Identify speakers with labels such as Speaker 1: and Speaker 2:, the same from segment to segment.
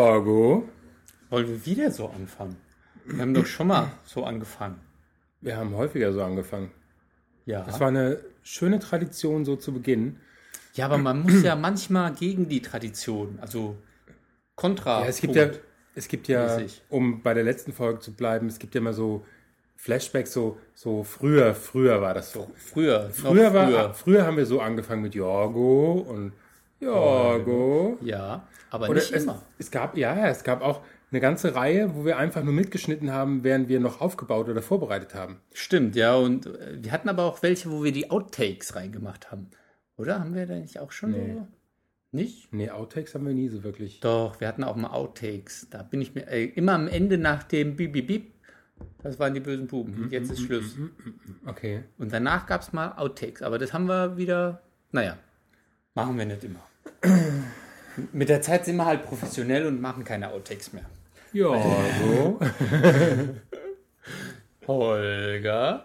Speaker 1: Jago,
Speaker 2: Wollen wir wieder so anfangen? Wir haben doch schon mal so angefangen.
Speaker 1: wir haben häufiger so angefangen.
Speaker 2: Ja.
Speaker 1: Das war eine schöne Tradition, so zu beginnen.
Speaker 2: ja, aber man muss ja manchmal gegen die Tradition, also kontra.
Speaker 1: ja, es gibt ja,
Speaker 2: Punkt.
Speaker 1: es gibt ja,
Speaker 2: Mäßig.
Speaker 1: um bei der letzten Folge zu bleiben, es gibt ja immer so Flashbacks, so, so früher, früher war das so.
Speaker 2: früher.
Speaker 1: Früher,
Speaker 2: noch
Speaker 1: War, früher haben wir so angefangen mit Jorgo und Jorgo.
Speaker 2: Ja, aber
Speaker 1: Oder
Speaker 2: nicht
Speaker 1: es,
Speaker 2: immer.
Speaker 1: es gab, ja, ja, es gab auch eine ganze Reihe, wo wir einfach nur mitgeschnitten haben, während wir noch aufgebaut oder vorbereitet haben.
Speaker 2: Stimmt, ja. Und äh, wir hatten aber auch welche, wo wir die Outtakes reingemacht haben. Oder haben wir da nicht auch schon
Speaker 1: Nee.
Speaker 2: so? Nicht?
Speaker 1: Nee, Outtakes haben wir nie so wirklich.
Speaker 2: Doch, wir hatten auch mal Outtakes. Da bin ich mir äh, immer am Ende nach dem Bibi Bip. Das waren die bösen Buben. Jetzt ist Schluss.
Speaker 1: Okay.
Speaker 2: Und danach gab es mal Outtakes, aber das haben wir wieder, naja, machen wir nicht immer. Mit der Zeit sind wir halt professionell und machen keine Outtakes mehr.
Speaker 1: Jorgo.
Speaker 2: Holger?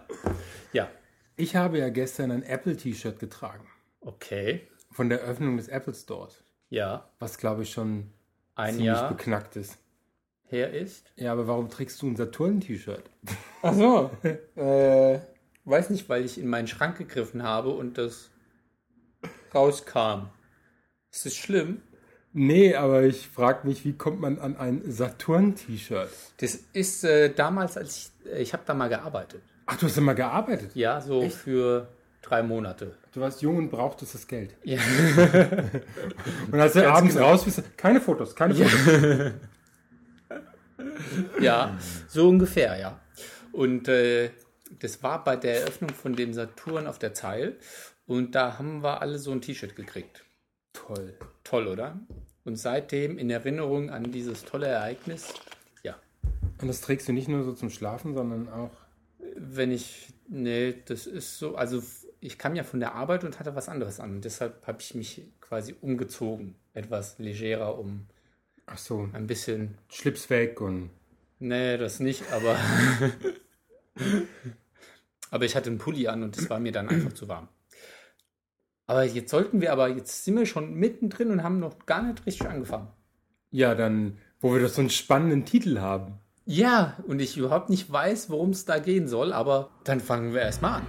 Speaker 2: Ja,
Speaker 1: Ich habe ja gestern ein Apple-T-Shirt getragen.
Speaker 2: okay,
Speaker 1: Von der Öffnung des Apple Stores.
Speaker 2: ja,
Speaker 1: Was, glaube ich, schon
Speaker 2: ein
Speaker 1: ziemlich
Speaker 2: Jahr
Speaker 1: beknackt ist.
Speaker 2: her ist.
Speaker 1: Ja, aber warum trägst du ein Saturn-T-Shirt?
Speaker 2: Ach so, äh, weiß nicht, weil ich in meinen Schrank gegriffen habe und das rauskam. Ist das schlimm?
Speaker 1: Nee, aber ich frage mich, wie kommt man an ein Saturn-T-Shirt?
Speaker 2: Das ist äh, damals, als ich, äh, ich habe da mal gearbeitet.
Speaker 1: Ach, du hast immer gearbeitet.
Speaker 2: Ja, so für drei Monate.
Speaker 1: Du warst jung und brauchtest das Geld.
Speaker 2: Ja. genau.
Speaker 1: Und als du abends raus bist, keine Fotos, keine Fotos.
Speaker 2: Ja, so ungefähr, ja. Und äh, das war bei der Eröffnung von dem Saturn auf der Zeil. Und da haben wir alle so ein T-Shirt gekriegt.
Speaker 1: Toll.
Speaker 2: Toll, oder? Und seitdem in Erinnerung an dieses tolle Ereignis, ja,
Speaker 1: Und das trägst du nicht nur so zum Schlafen, sondern auch.
Speaker 2: wenn ich, nee, das ist so, also f- ich kam ja von der Arbeit und hatte was anderes an. Und deshalb habe ich mich quasi umgezogen, etwas legerer, um
Speaker 1: Ach so,
Speaker 2: ein bisschen,
Speaker 1: Schlips weg und.
Speaker 2: nee, das nicht, aber, aber ich hatte einen Pulli an und es war mir dann einfach zu warm. Aber jetzt sollten wir aber, jetzt sind wir schon mittendrin und haben noch gar nicht richtig angefangen.
Speaker 1: Ja, dann, wo wir doch so einen spannenden Titel haben.
Speaker 2: Ja, und ich überhaupt nicht weiß, worum es da gehen soll, aber dann fangen wir erstmal an.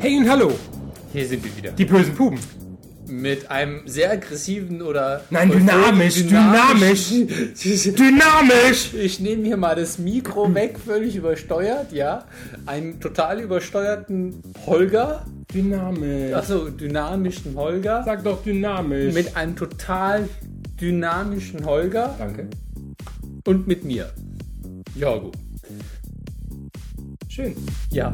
Speaker 1: Hey und hallo,
Speaker 2: Hier sind wir wieder.
Speaker 1: die bösen Puben.
Speaker 2: Mit einem sehr aggressiven oder.
Speaker 1: Nein,
Speaker 2: oder
Speaker 1: dynamisch,
Speaker 2: dynamisch-
Speaker 1: Dynamisch!
Speaker 2: Ich nehme hier mal das Mikro weg, völlig übersteuert, ja. Einen total übersteuerten Holger.
Speaker 1: Dynamisch.
Speaker 2: Achso, dynamischen Holger.
Speaker 1: Sag doch dynamisch.
Speaker 2: Mit einem total dynamischen Holger
Speaker 1: Danke.
Speaker 2: und mit mir. Jorgo.
Speaker 1: Schön.
Speaker 2: Ja.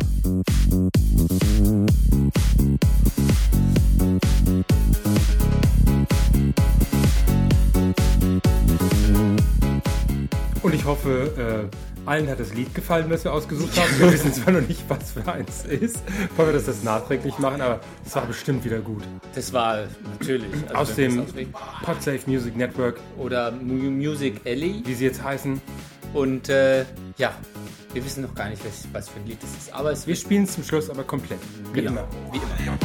Speaker 1: Und ich hoffe, äh, allen hat das Lied gefallen, das wir ausgesucht haben. Wir wissen zwar noch nicht, was für eins ist, weil wir das jetzt nachträglich machen, aber es war bestimmt wieder gut.
Speaker 2: Das war natürlich. also
Speaker 1: Aus
Speaker 2: wenn
Speaker 1: dem
Speaker 2: das auswählt-
Speaker 1: Podsafe Music Network,
Speaker 2: Oder Mu- Music Alley.
Speaker 1: wie sie jetzt heißen.
Speaker 2: Und äh, ja, wir wissen noch gar nicht, was, was für ein Lied das ist. Aber es
Speaker 1: Wir
Speaker 2: wird
Speaker 1: spielen es zum Schluss aber komplett. Wie immer.
Speaker 2: wie immer.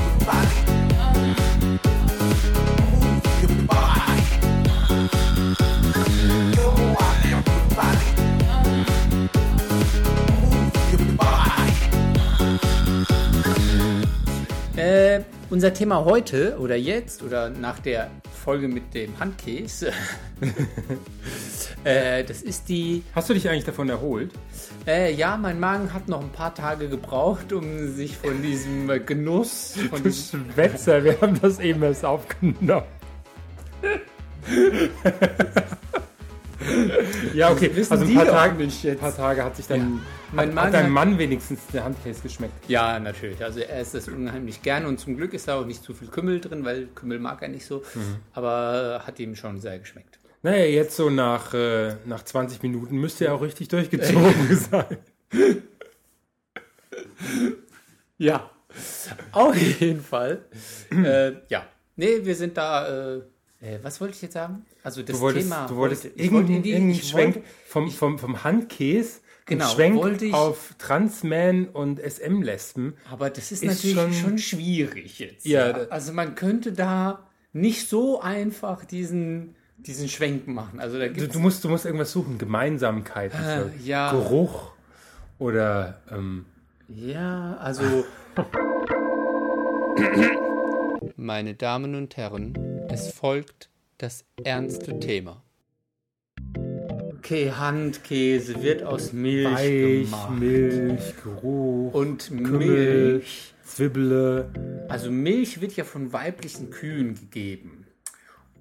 Speaker 2: Äh, unser Thema heute oder jetzt oder nach der Folge mit dem Handkäse, äh, das ist die
Speaker 1: Hast du dich eigentlich davon erholt?
Speaker 2: äh, ja, mein Magen hat noch ein paar Tage gebraucht, um sich von diesem äh, Genuss, von
Speaker 1: Du
Speaker 2: diesem
Speaker 1: Schwätzer, wir haben das eben erst aufgenommen. Ja, okay.
Speaker 2: wissen
Speaker 1: Also ein
Speaker 2: die
Speaker 1: paar
Speaker 2: doch
Speaker 1: Tage,
Speaker 2: nicht
Speaker 1: ein
Speaker 2: jetzt.
Speaker 1: paar Tage hat sich dann
Speaker 2: Mein
Speaker 1: hat,
Speaker 2: Mann
Speaker 1: hat deinem
Speaker 2: hat-
Speaker 1: Mann wenigstens der Handcase geschmeckt.
Speaker 2: Ja, natürlich. Also er isst das unheimlich gerne und zum Glück ist da auch nicht zu viel Kümmel drin, weil Kümmel mag er nicht so.
Speaker 1: Mhm.
Speaker 2: Aber äh, hat ihm schon sehr geschmeckt.
Speaker 1: Naja, jetzt so nach, äh, nach 20 Minuten müsste er auch richtig durchgezogen sein.
Speaker 2: Ja, auf jeden Fall. äh, ja, nee, wir sind da. Äh, äh, was wollte ich jetzt sagen? Also das
Speaker 1: Du wolltest,
Speaker 2: Thema.
Speaker 1: du wolltest
Speaker 2: heute- ich
Speaker 1: irgendeinen,
Speaker 2: wollte in die-
Speaker 1: irgendeinen
Speaker 2: ich
Speaker 1: Schwenk
Speaker 2: wollte-
Speaker 1: vom, vom, vom Handkäse
Speaker 2: Genau,
Speaker 1: einen Schwenk
Speaker 2: wollte ich-
Speaker 1: auf Transmen und SM-Lesben.
Speaker 2: Aber das ist,
Speaker 1: Ist
Speaker 2: natürlich
Speaker 1: schon-
Speaker 2: schon, schwierig jetzt.
Speaker 1: Ja, da-
Speaker 2: Also man könnte da nicht so einfach diesen, diesen Schwenk machen. Also da
Speaker 1: Du,
Speaker 2: gibt's,
Speaker 1: du, musst, du musst irgendwas suchen, Gemeinsamkeiten.
Speaker 2: Ah,
Speaker 1: so.
Speaker 2: ja.
Speaker 1: Geruch oder ähm,
Speaker 2: ja, also. Meine Damen und Herren, es folgt das ernste Thema. Okay, Handkäse wird aus Milch
Speaker 1: Weich,
Speaker 2: gemacht.
Speaker 1: Milch, Geruch,
Speaker 2: Und
Speaker 1: Kümmel,
Speaker 2: Milch.
Speaker 1: Zwiebele.
Speaker 2: Also Milch wird ja von weiblichen Kühen gegeben.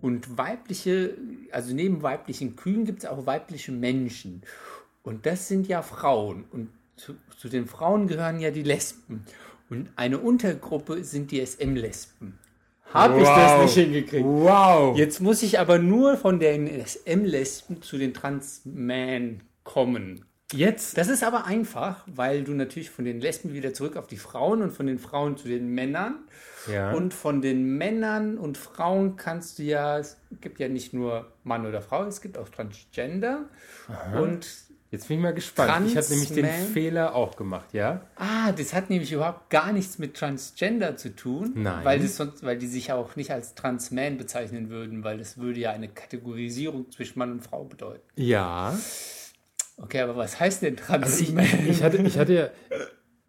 Speaker 2: Und weibliche, also neben weiblichen Kühen gibt es auch weibliche Menschen. Und das sind ja Frauen. Und zu, zu den Frauen gehören ja die Lesben. Und eine Untergruppe sind die SM-Lesben. Hab ich das
Speaker 1: Wow.
Speaker 2: nicht hingekriegt?
Speaker 1: Wow!
Speaker 2: Jetzt muss ich aber nur von den SM-Lesben zu den Trans-Men kommen.
Speaker 1: Jetzt,
Speaker 2: Das ist aber einfach, weil du natürlich von den Lesben wieder zurück auf die Frauen und von den Frauen zu den Männern
Speaker 1: ja.
Speaker 2: und von den Männern und Frauen kannst du ja, es gibt ja nicht nur Mann oder Frau, es gibt auch Transgender. Und,
Speaker 1: jetzt bin ich mal gespannt. ich habe nämlich den
Speaker 2: Transmen-
Speaker 1: Fehler auch gemacht, ja?
Speaker 2: ah, das hat nämlich überhaupt gar nichts mit Transgender zu tun.
Speaker 1: Nein.
Speaker 2: Weil, das sonst, weil die sich ja auch nicht als Transman bezeichnen würden, weil das würde ja eine Kategorisierung zwischen Mann und Frau bedeuten.
Speaker 1: Ja.
Speaker 2: Okay, aber was heißt denn
Speaker 1: Also Ich,
Speaker 2: Transman?
Speaker 1: ich hatte, ich hatte ja,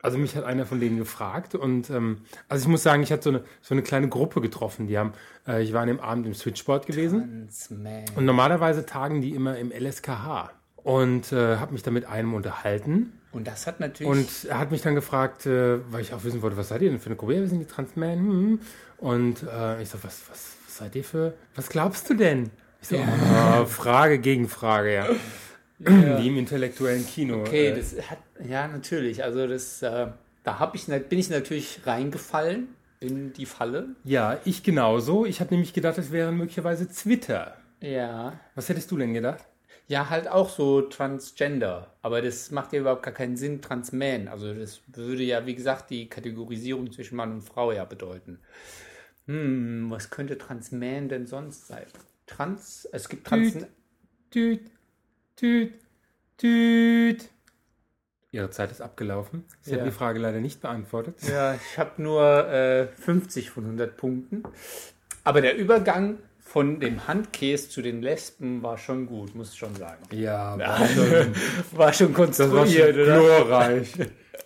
Speaker 1: also mich hat einer von denen gefragt und ähm, also ich muss sagen, ich hatte so eine, so eine kleine Gruppe getroffen. Die haben, äh, ich war an dem Abend im Switchboard gewesen
Speaker 2: Transman.
Speaker 1: und normalerweise tagen die immer im LSKH und äh, habe mich da mit einem unterhalten
Speaker 2: Und das hat natürlich.
Speaker 1: und er hat mich dann gefragt, äh, weil ich auch wissen wollte, was seid ihr denn für eine Gruppe? Ja, wir sind die Transmen. Hm. Und äh, ich so, was, was, was seid ihr für, was glaubst du denn? Ich so, ah, Frage gegen Frage, ja. Wie im intellektuellen Kino.
Speaker 2: äh, Okay,
Speaker 1: äh,
Speaker 2: das hat, ja, natürlich. Also, das, äh, da hab ich, na- bin ich natürlich reingefallen in die Falle.
Speaker 1: Ja, ich genauso. Ich habe nämlich gedacht, es wären möglicherweise Twitter.
Speaker 2: Ja.
Speaker 1: Was hättest du denn gedacht?
Speaker 2: Ja, halt auch so Transgender. Aber das macht ja überhaupt gar keinen Sinn, Transman. Also, das würde ja, wie gesagt, die Kategorisierung zwischen Mann und Frau ja bedeuten. Hm, was könnte Transman denn sonst sein? Trans, es gibt Trans.
Speaker 1: Düt. Tüt, tüt, tüt. Ihre Zeit ist abgelaufen. Sie
Speaker 2: Ja.
Speaker 1: haben die Frage leider nicht beantwortet.
Speaker 2: Ja, ich habe nur äh, 50 von 100 Punkten. Aber der Übergang von dem Handkäse zu den Lesben war schon gut, muss ich schon sagen.
Speaker 1: Ja,
Speaker 2: War schon
Speaker 1: das war schon
Speaker 2: konstruiert, oder?
Speaker 1: glorreich.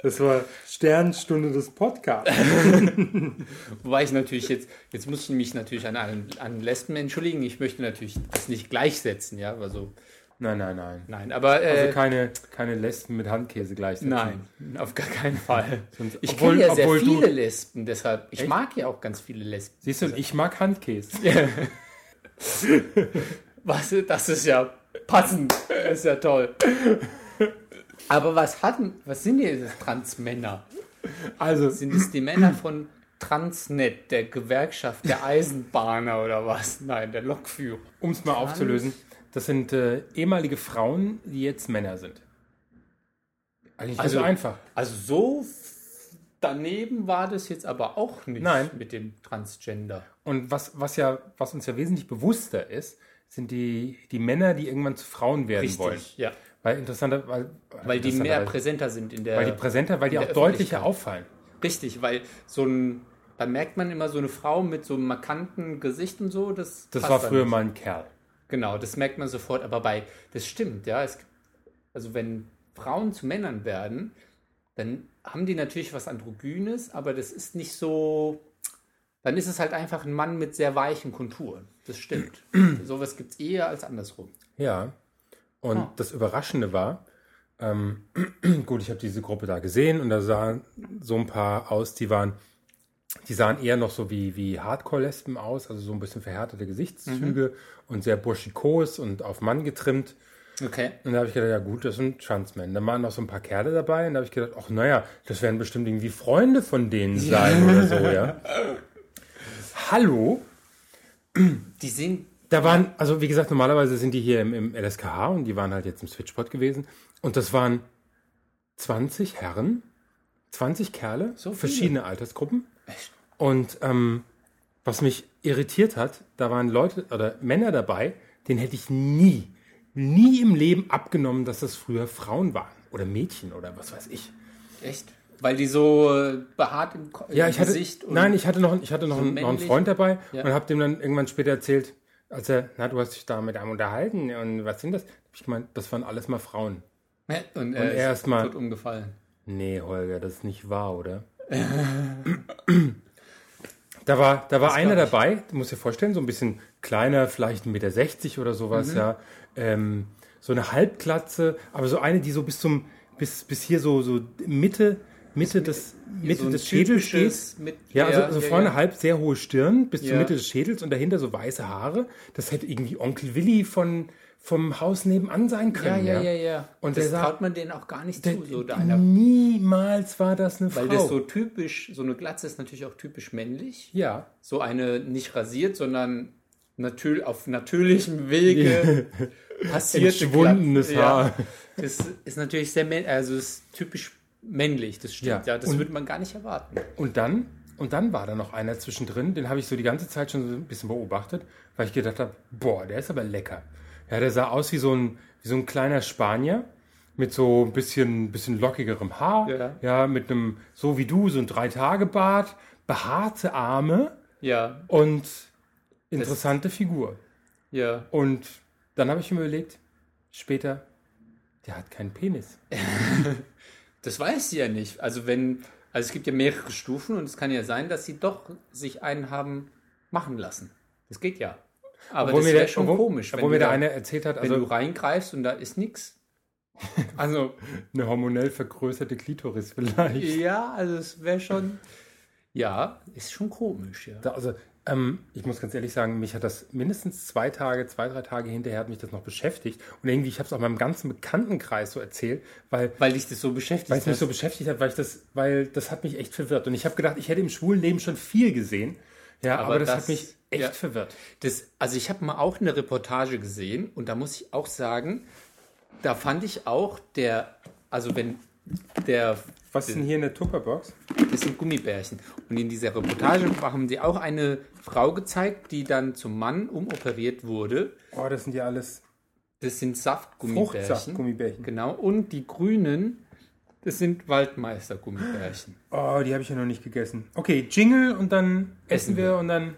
Speaker 1: Das war Sternstunde des Podcasts.
Speaker 2: Wobei ich natürlich jetzt, jetzt muss ich mich natürlich an, allen- an Lesben entschuldigen. Ich möchte natürlich das nicht gleichsetzen, ja, also
Speaker 1: Nein, nein, nein.
Speaker 2: nein, aber äh,
Speaker 1: Also keine, keine Lesben mit Handkäse gleichsetzen.
Speaker 2: nein, auf gar keinen Fall.
Speaker 1: Sonst-
Speaker 2: Ich
Speaker 1: obwohl-
Speaker 2: kenne ja sehr
Speaker 1: obwohl du-
Speaker 2: viele Lesben, deshalb, ich mag ja auch ganz viele Lesben.
Speaker 1: Siehst du, ich mag Handkäse.
Speaker 2: Was, das ist ja passend. Das ist ja toll. Aber was hatten, was sind denn das Transmänner?
Speaker 1: Also,
Speaker 2: Sind es die Männer von Transnet, der Gewerkschaft der Eisenbahner oder was? Nein, der Lokführer.
Speaker 1: um es mal aufzulösen, das sind äh, ehemalige Frauen, die jetzt Männer sind. Eigentlich also
Speaker 2: Also-
Speaker 1: einfach.
Speaker 2: Also so f- daneben war das jetzt aber auch nicht
Speaker 1: Nein.
Speaker 2: mit dem Transgender.
Speaker 1: Und was, was, ja, was uns ja wesentlich bewusster ist, sind die, die Männer, die irgendwann zu Frauen werden wollen.
Speaker 2: ja.
Speaker 1: Weil interessanter, weil,
Speaker 2: Weil die
Speaker 1: interessanter-
Speaker 2: mehr
Speaker 1: weil-
Speaker 2: präsenter sind in der
Speaker 1: halt- weil die präsenter, weil die
Speaker 2: in der
Speaker 1: auch deutlicher
Speaker 2: Öffentlichkeit.
Speaker 1: auffallen.
Speaker 2: Richtig, weil so ein da merkt man immer so eine Frau mit so einem markanten Gesicht und so, das
Speaker 1: Das
Speaker 2: passt
Speaker 1: war
Speaker 2: dann
Speaker 1: früher
Speaker 2: nicht.
Speaker 1: mal ein Kerl.
Speaker 2: Genau, das merkt man sofort. Aber bei, das stimmt, ja. Es gibt, also wenn Frauen zu Männern werden, dann haben die natürlich was Androgynes, aber das ist nicht so. Dann ist es halt einfach ein Mann mit sehr weichen Konturen. Das stimmt. Sowas gibt es eher als andersrum.
Speaker 1: Ja. Und das Überraschende war, ähm, gut, ich habe diese Gruppe da gesehen und da sahen so ein paar aus, die waren Die sahen eher noch so wie, wie Hardcore-Lesben aus, also so ein bisschen verhärtete Gesichtszüge und sehr burschikos und auf Mann getrimmt.
Speaker 2: Okay.
Speaker 1: Und da habe ich gedacht, ja gut, das sind Transmen. Dann waren noch so ein paar Kerle dabei und da habe ich gedacht, ach naja, das werden bestimmt irgendwie Freunde von denen sein oder so, ja. Hallo?
Speaker 2: Die sehen.
Speaker 1: Da waren, also wie gesagt, normalerweise sind die hier im, im LSKH und die waren halt jetzt im Switchpot gewesen. Und das waren 20 Herren, 20 Kerle,
Speaker 2: So viele.
Speaker 1: verschiedene Altersgruppen.
Speaker 2: Echt?
Speaker 1: Und ähm, was mich irritiert hat, da waren Leute oder Männer dabei, den hätte ich nie, nie im Leben abgenommen, dass das früher Frauen waren oder Mädchen oder was weiß ich.
Speaker 2: Echt? Weil die so äh, behaart im, Ko
Speaker 1: Ja,
Speaker 2: im
Speaker 1: ich hatte,
Speaker 2: Gesicht und.
Speaker 1: nein, ich hatte noch, ich hatte noch, einen, noch einen
Speaker 2: männlich.
Speaker 1: Freund dabei
Speaker 2: Ja.
Speaker 1: und habe dem dann irgendwann später erzählt, als er, na, du hast dich da mit einem unterhalten und was sind das? Hab ich gemeint, das waren alles mal Frauen.
Speaker 2: und, und
Speaker 1: Und er ist mal-
Speaker 2: Tot umgefallen.
Speaker 1: Nee, Holger, das ist nicht wahr, oder? da war, da war einer
Speaker 2: glaub ich.
Speaker 1: dabei, du musst dir vorstellen, so ein bisschen kleiner, vielleicht 1,60 Meter oder sowas,
Speaker 2: Mhm.
Speaker 1: ja. Ähm, so eine Halbklatze, aber so eine, die so bis zum, bis, bis hier so, so Mitte, Mitte des, Mitte
Speaker 2: ein
Speaker 1: des Schädels steht.
Speaker 2: typisches Mit,
Speaker 1: Ja, also, also vorne halb sehr hohe Stirn bis zur
Speaker 2: Ja.
Speaker 1: Mitte des Schädels und dahinter so weiße Haare. Das hätte irgendwie Onkel Willi von, vom Haus nebenan sein
Speaker 2: Ja,
Speaker 1: können.
Speaker 2: ja, ja, ja.
Speaker 1: Und
Speaker 2: das
Speaker 1: der sah-
Speaker 2: traut man denen auch gar nicht zu, so deiner.
Speaker 1: Niemals war das eine
Speaker 2: Weil
Speaker 1: Frau.
Speaker 2: das so typisch, so eine Glatze ist natürlich auch typisch männlich.
Speaker 1: ja,
Speaker 2: So eine nicht rasiert, sondern natür auf natürlichem Wege passiert.
Speaker 1: entschwundenes Haar.
Speaker 2: Das ist natürlich sehr männlich, also ist typisch männlich, das stimmt.
Speaker 1: Ja.
Speaker 2: Ja, das
Speaker 1: Und-
Speaker 2: würde man gar nicht erwarten.
Speaker 1: Und dann, und dann war da noch einer zwischendrin, den habe ich so die ganze Zeit schon so ein bisschen beobachtet, weil ich gedacht habe, boah, der ist aber lecker. Ja, der sah aus wie so ein, wie so ein kleiner Spanier mit so ein bisschen, bisschen lockigerem Haar.
Speaker 2: Ja.
Speaker 1: ja, mit einem, so wie du, so ein Drei-Tage-Bart, behaarte Arme.
Speaker 2: Ja,
Speaker 1: Und interessante Figur.
Speaker 2: ja.
Speaker 1: Und dann habe ich mir überlegt, später, der hat keinen Penis.
Speaker 2: Das weiß sie ja nicht. Also wenn, also es gibt ja mehrere Stufen und es kann ja sein, dass sie doch sich einen haben machen lassen. Das geht ja. Aber
Speaker 1: Obwohl
Speaker 2: das
Speaker 1: der-
Speaker 2: wäre schon
Speaker 1: obwohl,
Speaker 2: komisch,
Speaker 1: Obwohl
Speaker 2: du
Speaker 1: mir der
Speaker 2: da-
Speaker 1: eine erzählt hat,
Speaker 2: wenn
Speaker 1: also
Speaker 2: du reingreifst und da ist nichts. Also
Speaker 1: eine hormonell vergrößerte Klitoris vielleicht.
Speaker 2: ja, also es wäre schon, ja, ist schon komisch, ja.
Speaker 1: Da, also, ähm, ich muss ganz ehrlich sagen, mich hat das mindestens zwei Tage, zwei, drei Tage hinterher hat mich das noch beschäftigt. Und irgendwie, ich habe es auch meinem ganzen Bekanntenkreis so erzählt, weil
Speaker 2: Weil dich das so
Speaker 1: weil
Speaker 2: beschäftigt
Speaker 1: es mich
Speaker 2: hat.
Speaker 1: so beschäftigt hat, weil ich das, weil das hat mich echt verwirrt. Und ich habe gedacht, ich hätte im schwulen Leben schon viel gesehen. Ja, aber,
Speaker 2: Aber
Speaker 1: das,
Speaker 2: das-
Speaker 1: hat mich echt
Speaker 2: ja.
Speaker 1: verwirrt.
Speaker 2: Das, also ich habe mal auch eine Reportage gesehen und da muss ich auch sagen, da fand ich auch der, also wenn der
Speaker 1: Was ist denn hier in der Tupperbox?
Speaker 2: Das sind Gummibärchen. Und in dieser Reportage haben sie auch eine Frau gezeigt, die dann zum Mann umoperiert wurde.
Speaker 1: Oh, das sind ja alles
Speaker 2: Das sind Saftgummibärchen.
Speaker 1: Fruchtsaft-Gummibärchen.
Speaker 2: Genau. Und die grünen, das sind Waldmeister-Gummibärchen.
Speaker 1: Oh, die habe ich ja noch nicht gegessen. Okay, Jingle und dann essen
Speaker 2: Essen
Speaker 1: wir und dann.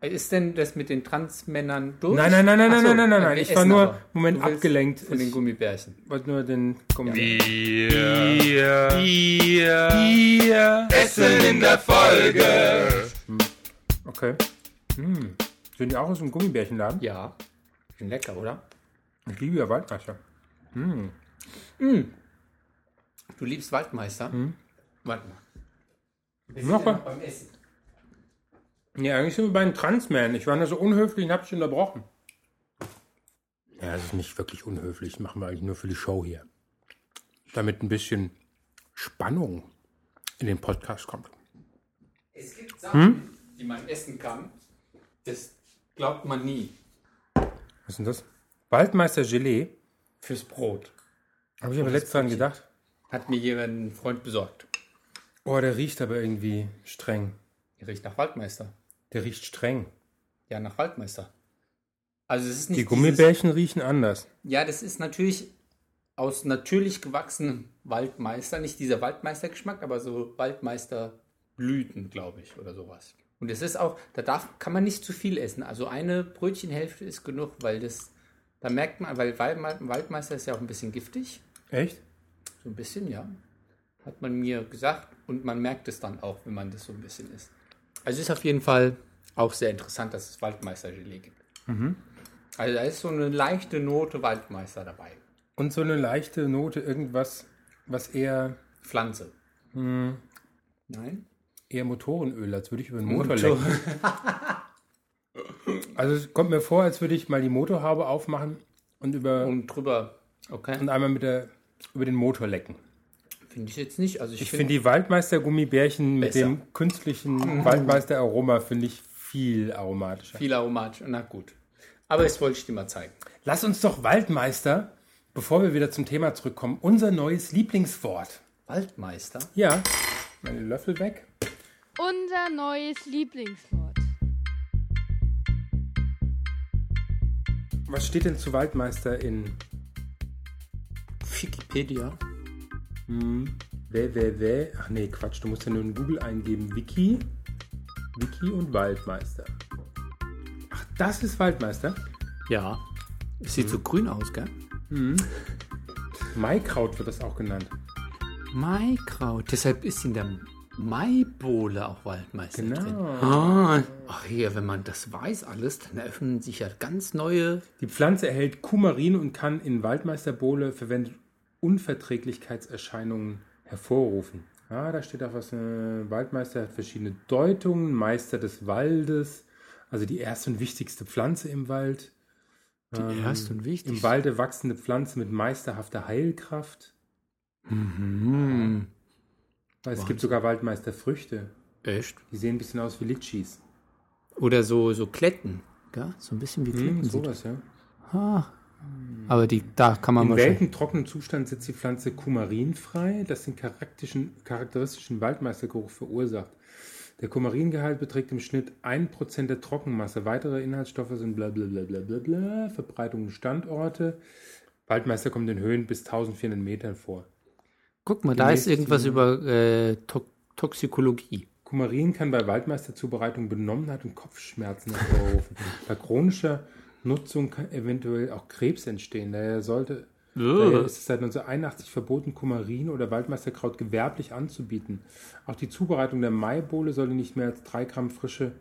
Speaker 2: Ist denn das mit den Transmännern durch?
Speaker 1: Nein, nein, nein, nein,
Speaker 2: Ach so,
Speaker 1: nein, nein, nein,
Speaker 2: wir
Speaker 1: nein. Ich
Speaker 2: essen
Speaker 1: war nur,
Speaker 2: aber.
Speaker 1: Moment,
Speaker 2: Du willst
Speaker 1: abgelenkt.
Speaker 2: Von den
Speaker 1: Ich
Speaker 2: Gummibärchen.
Speaker 1: wollte nur den Gummi. Okay. Hm. Sind die auch aus dem Gummibärchenladen?
Speaker 2: Ja. Sind lecker, oder?
Speaker 1: Ich liebe ja Waldmeister.
Speaker 2: Du liebst Waldmeister?
Speaker 1: Hm?
Speaker 2: Warte mal. Wir sind
Speaker 1: Noch
Speaker 2: ja
Speaker 1: was?
Speaker 2: beim Essen.
Speaker 1: Ja, eigentlich sind wir bei den Transmen. Ich war nur so unhöflich und hab dich unterbrochen. Ja, es ist nicht wirklich unhöflich. Machen wir eigentlich nur für die Show hier. Damit ein bisschen Spannung in den Podcast kommt.
Speaker 2: Es gibt Sachen,
Speaker 1: Hm?
Speaker 2: die man essen kann. Das glaubt man nie.
Speaker 1: Was ist denn das? Waldmeister Gelee.
Speaker 2: Fürs Brot.
Speaker 1: Habe ich aber letztes dran gedacht.
Speaker 2: Hat mir jemand ein Freund besorgt.
Speaker 1: Oh, der riecht aber irgendwie streng.
Speaker 2: Der riecht nach Waldmeister.
Speaker 1: Der riecht streng.
Speaker 2: Ja, nach Waldmeister. Also es ist nicht
Speaker 1: Die
Speaker 2: dieses-
Speaker 1: Gummibärchen riechen anders.
Speaker 2: Ja, das ist natürlich aus natürlich gewachsenem Waldmeister. Nicht dieser Waldmeistergeschmack, aber so Waldmeisterblüten, glaube ich, oder sowas. Und es ist auch, da darf, kann man nicht zu viel essen. Also eine Brötchenhälfte ist genug, weil das, da merkt man, weil Waldme- Waldmeister ist ja auch ein bisschen giftig.
Speaker 1: Echt?
Speaker 2: So ein bisschen, ja. Hat man mir gesagt. Und man merkt es dann auch, wenn man das so ein bisschen isst. Also ist auf jeden Fall auch sehr interessant, dass es Waldmeistergelee gibt. Also da ist so eine leichte Note Waldmeister dabei.
Speaker 1: Und so eine leichte Note, irgendwas, was eher,
Speaker 2: Pflanze. Nein?
Speaker 1: eher Motorenöl, als würde ich über den Motor lecken. Also es kommt mir vor, als würde ich mal die Motorhaube aufmachen und über
Speaker 2: Und drüber. Okay.
Speaker 1: und einmal mit der über den Motor lecken.
Speaker 2: Finde ich jetzt nicht. Also ich,
Speaker 1: Ich
Speaker 2: finde.
Speaker 1: finde die Waldmeister Gummibärchen mit
Speaker 2: Besser.
Speaker 1: dem künstlichen Waldmeister Aroma finde ich viel aromatischer.
Speaker 2: Viel aromatisch. Na gut. Aber das wollte ich dir mal zeigen.
Speaker 1: Lass uns doch Waldmeister, bevor wir wieder zum Thema zurückkommen, unser neues Lieblingswort.
Speaker 2: Waldmeister.
Speaker 1: Ja, meine Löffel weg.
Speaker 3: Unser neues Lieblingswort.
Speaker 1: Was steht denn zu Waldmeister in
Speaker 2: Wikipedia.
Speaker 1: www? Ach nee, Quatsch, du musst ja nur in Google eingeben Wiki, Wiki und Waldmeister. Ach, das ist Waldmeister.
Speaker 2: Ja. Es sieht so grün aus, gell?
Speaker 1: Maikraut wird das auch genannt.
Speaker 2: Maikraut. Deshalb ist in der Maibohle auch Waldmeister
Speaker 1: Genau.
Speaker 2: drin. Ah. Ach hier, wenn man das weiß alles, dann eröffnen sich ja ganz neue.
Speaker 1: Die Pflanze erhält Kumarin und kann in Waldmeisterbohle verwendet Unverträglichkeitserscheinungen hervorrufen. Ah, da steht auch was. Äh, Waldmeister hat verschiedene Deutungen. Meister des Waldes, also die erste und wichtigste Pflanze im Wald.
Speaker 2: Die erste und wichtigste.
Speaker 1: Ähm, Im Walde wachsende Pflanze mit meisterhafter Heilkraft.
Speaker 2: Hm,
Speaker 1: Weil Es gibt sogar Waldmeisterfrüchte.
Speaker 2: echt?
Speaker 1: Die sehen ein bisschen aus wie Litschis.
Speaker 2: Oder so, so Kletten. Gell? So ein bisschen wie Kletten.
Speaker 1: Hm,
Speaker 2: sieht-
Speaker 1: sowas, ja.
Speaker 2: Ah. Aber die, da kann man
Speaker 1: In
Speaker 2: wahrscheinlich.
Speaker 1: welchem trockenen Zustand sitzt die Pflanze Kumarin frei, das den charakterischen- charakteristischen Waldmeistergeruch verursacht? Der Kumaringehalt beträgt im Schnitt 1% der Trockenmasse. Weitere Inhaltsstoffe sind bla bla bla bla bla bla, Verbreitung und Standorte. Waldmeister kommt in Höhen bis 1400 Metern vor.
Speaker 2: Guck mal, da ist
Speaker 1: nächste-
Speaker 2: irgendwas über äh, to Toxikologie.
Speaker 1: Kumarin kann bei Waldmeisterzubereitung Benommenheit und Kopfschmerzen hervorrufen. bei chronischer Nutzung kann eventuell auch Krebs entstehen. Daher sollte Daher ist es seit 1981 verboten, Kumarin oder Waldmeisterkraut gewerblich anzubieten. Auch die Zubereitung der Maibohle solle nicht mehr als 3 Gramm frische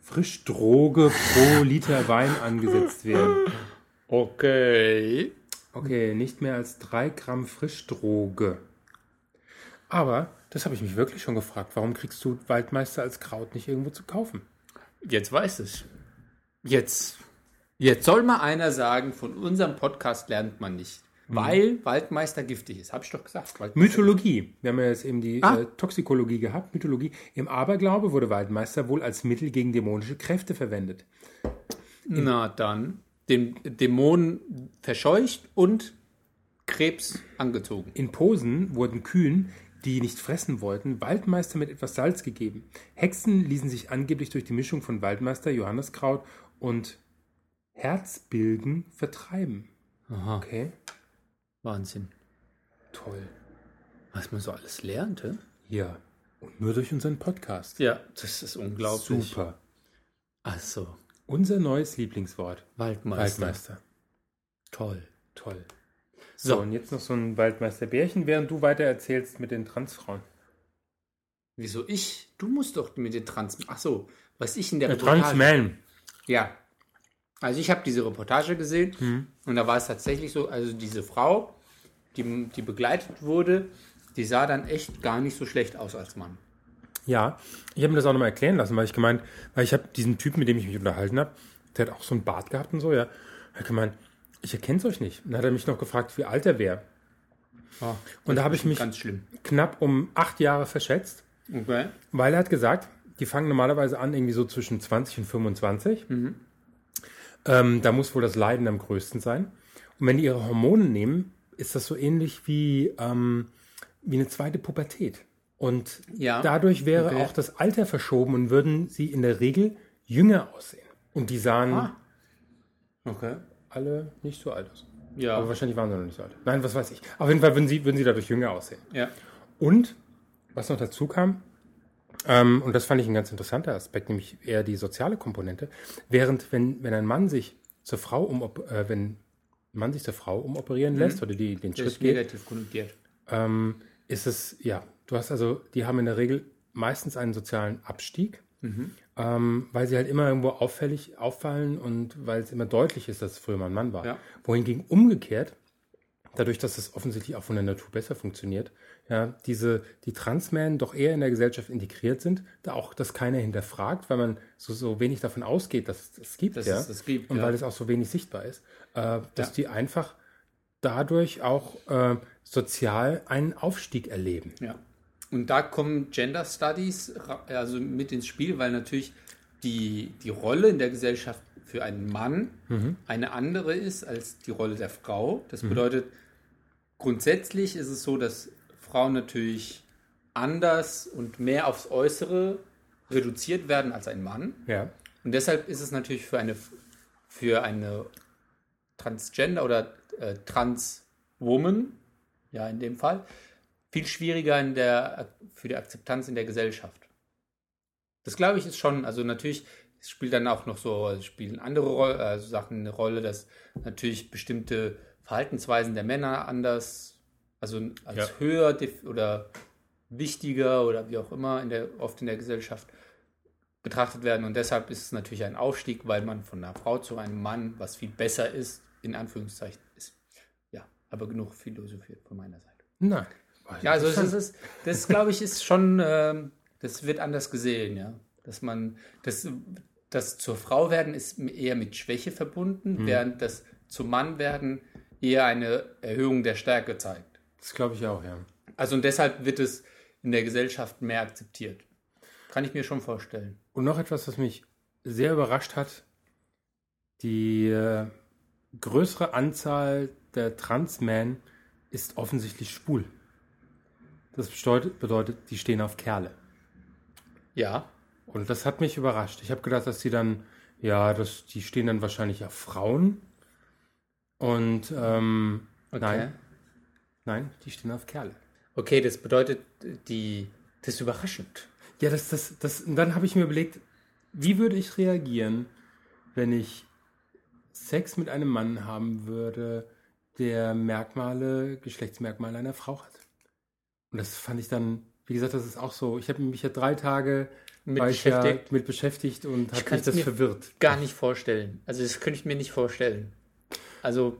Speaker 1: Frischdroge pro Liter Wein angesetzt werden.
Speaker 2: Okay.
Speaker 1: Okay, nicht mehr als 3 Gramm Frischdroge. Aber das habe ich mich wirklich schon gefragt. Warum kriegst du Waldmeister als Kraut nicht irgendwo zu kaufen?
Speaker 2: Jetzt weiß ich. Jetzt. Jetzt soll mal einer sagen, von unserem Podcast lernt man nicht. Weil Waldmeister giftig ist. Hab ich doch gesagt. Waldmeister-
Speaker 1: Mythologie. Wir haben ja jetzt eben die
Speaker 2: Ah.
Speaker 1: äh, Toxikologie gehabt, Mythologie. Im Aberglaube wurde Waldmeister wohl als Mittel gegen dämonische Kräfte verwendet.
Speaker 2: Na dann. Den Dämonen verscheucht und Krebs angezogen.
Speaker 1: In Posen wurden Kühen, die nicht fressen wollten, Waldmeister mit etwas Salz gegeben. Hexen ließen sich angeblich durch die Mischung von Waldmeister, Johanniskraut und Herzbilgen vertreiben.
Speaker 2: Aha.
Speaker 1: Okay,
Speaker 2: Wahnsinn.
Speaker 1: toll.
Speaker 2: Was man so alles lernt, hä?
Speaker 1: Ja, und nur durch unseren Podcast.
Speaker 2: Ja, das ist unglaublich.
Speaker 1: Super.
Speaker 2: Ach so,
Speaker 1: Unser neues Lieblingswort.
Speaker 2: Waldmeister.
Speaker 1: Waldmeister.
Speaker 2: Toll.
Speaker 1: Toll. So,
Speaker 2: So,
Speaker 1: und jetzt noch so ein Waldmeisterbärchen, während du weiter erzählst mit den Transfrauen.
Speaker 2: wieso ich? Du musst doch mit den Trans... Ach so, was ich in der Ja. Also ich habe diese Reportage gesehen und da war es tatsächlich so, also diese Frau, die, die begleitet wurde, die sah dann echt gar nicht so schlecht aus als Mann.
Speaker 1: Ja, ich habe mir das auch nochmal erklären lassen, weil ich gemeint, weil ich habe diesen Typen, mit dem ich mich unterhalten habe, der hat auch so einen Bart gehabt und so, ja. Er hat gemeint, ich erkenne es euch nicht. Und dann hat er mich noch gefragt, wie alt er wäre. Und da habe ich mich
Speaker 2: Ah. Ganz schlimm.
Speaker 1: knapp um acht Jahre verschätzt,
Speaker 2: Okay.
Speaker 1: weil er hat gesagt, die fangen normalerweise an irgendwie so zwischen 20 und 25.
Speaker 2: Mhm.
Speaker 1: Ähm, da muss wohl das Leiden am größten sein. Und wenn die ihre Hormone nehmen, ist das so ähnlich wie, ähm, wie eine zweite Pubertät. Und
Speaker 2: Ja.
Speaker 1: dadurch wäre
Speaker 2: Okay.
Speaker 1: auch das Alter verschoben und würden sie in der Regel jünger aussehen. Und die sahen
Speaker 2: Ah. Okay.
Speaker 1: alle nicht so alt aus.
Speaker 2: Ja.
Speaker 1: Aber wahrscheinlich waren sie noch nicht so alt. Nein, was weiß ich. Auf jeden Fall würden sie, würden sie dadurch jünger aussehen.
Speaker 2: ja.
Speaker 1: Und was noch dazu kam, ähm, und das fand ich ein ganz interessanter Aspekt, nämlich eher die soziale Komponente, während wenn, wenn ein Mann sich zur Frau umop äh, wenn ein Mann sich zur Frau umoperieren lässt oder die, den
Speaker 2: Mhm. Das
Speaker 1: Schritt
Speaker 2: ist
Speaker 1: geht,
Speaker 2: negativ konnotiert.
Speaker 1: ähm, ist es, ja, du hast also, die haben in der Regel meistens einen sozialen Abstieg,
Speaker 2: Mhm.
Speaker 1: ähm, weil sie halt immer irgendwo auffällig auffallen und weil es immer deutlich ist, dass es früher mal ein Mann war.
Speaker 2: Ja.
Speaker 1: Wohingegen umgekehrt dadurch, dass das offensichtlich auch von der Natur besser funktioniert, ja, diese, die Transmen doch eher in der Gesellschaft integriert sind, da auch das keiner hinterfragt, weil man so, so wenig davon ausgeht, dass es das gibt,
Speaker 2: Dass
Speaker 1: ja,
Speaker 2: es das gibt,
Speaker 1: und
Speaker 2: ja.
Speaker 1: weil es auch so wenig sichtbar ist, äh, dass
Speaker 2: Ja.
Speaker 1: die einfach dadurch auch äh, sozial einen Aufstieg erleben.
Speaker 2: Ja. Und da kommen Gender Studies ra- also mit ins Spiel, weil natürlich die, die Rolle in der Gesellschaft für einen Mann eine andere ist als die Rolle der Frau. Das bedeutet, grundsätzlich ist es so, dass Frauen natürlich anders und mehr aufs Äußere reduziert werden als ein Mann.
Speaker 1: Ja,
Speaker 2: Und deshalb ist es natürlich für eine, für eine Transgender oder äh, Transwoman, ja in dem Fall, viel schwieriger in der, für die Akzeptanz in der Gesellschaft. Das glaube ich ist schon, also natürlich es spielt dann auch noch so, spielen andere Roll- also Sachen eine Rolle, dass natürlich bestimmte Verhaltensweisen der Männer anders, also als
Speaker 1: Ja.
Speaker 2: höher def- oder wichtiger oder wie auch immer in der, oft in der Gesellschaft betrachtet werden. Und deshalb ist es natürlich ein Aufstieg, weil man von einer Frau zu einem Mann, was viel besser ist, in Anführungszeichen ist. Ja, aber genug philosophiert von meiner Seite.
Speaker 1: nein.
Speaker 2: Ja, also das ist, das glaube ich, ist schon, ähm, das wird anders gesehen, ja. Dass man, das, das zur Frau werden ist eher mit Schwäche verbunden, während das zum Mann werden eher eine Erhöhung der Stärke zeigt.
Speaker 1: das glaube ich auch, ja.
Speaker 2: Also und deshalb wird es in der Gesellschaft mehr akzeptiert. Kann ich mir schon vorstellen.
Speaker 1: Und noch etwas, was mich sehr überrascht hat, die äh, größere Anzahl der Transmen ist offensichtlich schwul. Das bedeutet, bedeutet, die stehen auf Kerle.
Speaker 2: Ja,
Speaker 1: Und das hat mich überrascht. Ich habe gedacht, dass die dann, ja, dass die stehen dann wahrscheinlich auf Frauen. Und ähm,
Speaker 2: okay.
Speaker 1: nein, nein, die stehen auf Kerle.
Speaker 2: Okay, das bedeutet, die, das ist überraschend.
Speaker 1: Ja, das, das, das, und dann habe ich mir überlegt, wie würde ich reagieren, wenn ich Sex mit einem Mann haben würde, der Merkmale, Geschlechtsmerkmale einer Frau hat. Und das fand ich dann, wie gesagt, das ist auch so. Ich habe mich ja drei Tage
Speaker 2: Mit
Speaker 1: war ich ja
Speaker 2: beschäftigt.
Speaker 1: mit beschäftigt und habe mich
Speaker 2: kann's
Speaker 1: das
Speaker 2: mir-
Speaker 1: verwirrt.
Speaker 2: Gar nicht vorstellen. Also das könnte ich mir nicht vorstellen. Also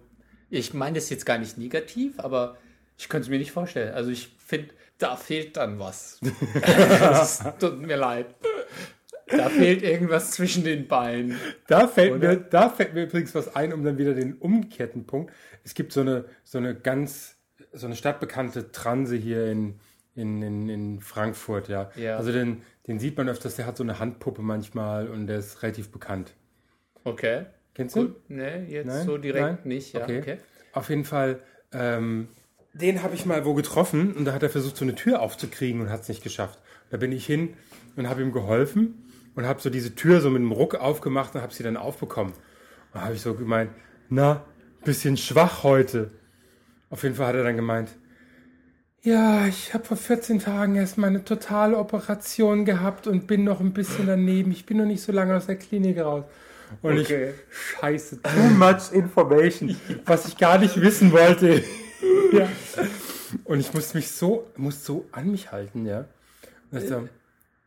Speaker 2: ich meine das jetzt gar nicht negativ, aber ich könnte es mir nicht vorstellen. Also ich finde, da fehlt dann was. Es tut mir leid. Da fehlt irgendwas zwischen den Beinen.
Speaker 1: Da fällt,
Speaker 2: Oder?
Speaker 1: mir, da fällt mir übrigens was ein, um dann wieder den umgekehrten Punkt. Es gibt so eine, so eine ganz, so eine stadtbekannte Transe hier in, in, in, in Frankfurt, ja.
Speaker 2: Ja.
Speaker 1: Also den, den sieht man öfters, der hat so eine Handpuppe manchmal und der ist relativ bekannt.
Speaker 2: Okay.
Speaker 1: Kennst du?
Speaker 2: Gut. Nee, jetzt so direkt nicht. Ja, okay.
Speaker 1: Auf jeden Fall, ähm, den habe ich mal wo getroffen und da hat er versucht, so eine Tür aufzukriegen und hat es nicht geschafft. Da bin ich hin und habe ihm geholfen und habe so diese Tür so mit einem Ruck aufgemacht und habe sie dann aufbekommen. Da habe ich so gemeint, na, bisschen schwach heute. Auf jeden Fall hat er dann gemeint, ja, ich habe vor 14 Tagen erst meine totale Operation gehabt und bin noch ein bisschen daneben. Ich bin noch nicht so lange aus der Klinik raus. Und
Speaker 2: Okay.
Speaker 1: ich, scheiße, too much information, was ich gar nicht wissen wollte. ja. Und ich musste mich so, muss so an mich halten, ja. Und ich, so,